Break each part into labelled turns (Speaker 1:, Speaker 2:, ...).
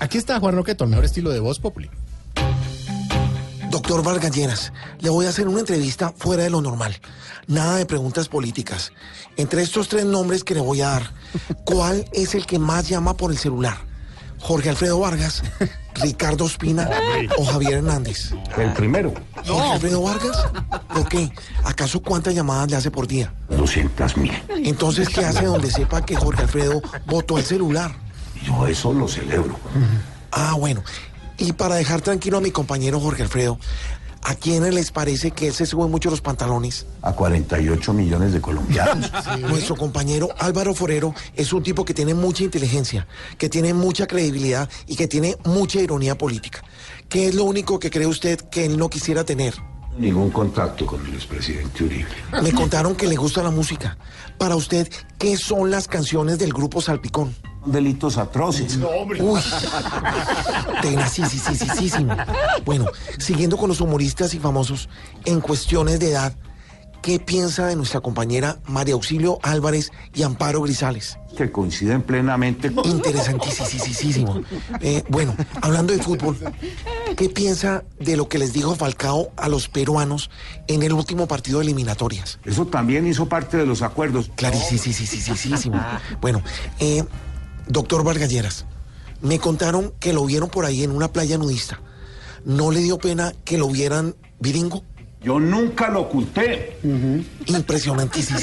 Speaker 1: Aquí está Juan Roqueto, el mejor estilo de voz populi.
Speaker 2: Doctor Vargas Lleras, le voy a hacer una entrevista fuera de lo normal. Nada de preguntas políticas. Entre estos tres nombres que le voy a dar, ¿cuál es el que más llama por el celular? ¿Jorge Alfredo Vargas, Ricardo Espina o Javier Hernández?
Speaker 3: El primero,
Speaker 2: ¿Jorge Alfredo Vargas? ¿Por qué? ¿Acaso cuántas llamadas le hace por día?
Speaker 3: 200 mil.
Speaker 2: Entonces, ¿qué hace donde sepa que Jorge Alfredo votó el celular?
Speaker 3: Yo eso lo celebro.
Speaker 2: Ah, bueno. Y para dejar tranquilo a mi compañero Jorge Alfredo, ¿a quiénes les parece que él se sube mucho los pantalones?
Speaker 3: A 48 millones de colombianos.
Speaker 2: Nuestro compañero Álvaro Forero es un tipo que tiene mucha inteligencia, que tiene mucha credibilidad y que tiene mucha ironía política. ¿Qué es lo único que cree usted que él no quisiera tener?
Speaker 3: Ningún contacto con el expresidente Uribe.
Speaker 2: Me contaron que le gusta la música. Para usted, ¿qué son las canciones del grupo Salpicón?
Speaker 3: Delitos atroces.
Speaker 2: Uy, tenacísimo. Bueno, siguiendo con los humoristas y famosos, en cuestiones de edad, ¿qué piensa de nuestra compañera María Auxilio Álvarez y Amparo Grisales?
Speaker 3: Que coinciden plenamente con
Speaker 2: Interesantísimo. Eh, bueno, hablando de fútbol, ¿qué piensa de lo que les dijo Falcao a los peruanos en el último partido de eliminatorias?
Speaker 3: Eso también hizo parte de los acuerdos.
Speaker 2: Clarísimo. Bueno, eh, doctor Vargalleras, me contaron que lo vieron por ahí en una playa nudista. ¿No le dio pena que lo vieran viringo?
Speaker 3: Yo nunca lo oculté.
Speaker 2: Impresionantísimo.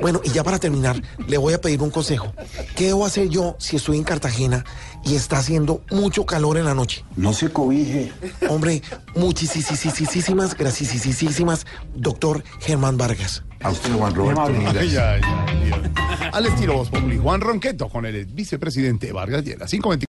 Speaker 2: Bueno, y ya para terminar, le voy a pedir un consejo. ¿Qué debo hacer yo si estoy en Cartagena y está haciendo mucho calor en la noche?
Speaker 3: No se cobije.
Speaker 2: Hombre, muchísimas gracias, doctor Germán Vargas.
Speaker 3: A usted, Juan Roberto.
Speaker 1: Ay,
Speaker 3: Lindas.
Speaker 1: ay, ay, Dios. Al estilo voz populi, Juan Ronqueto con el vicepresidente Vargas Lleras. 5.24.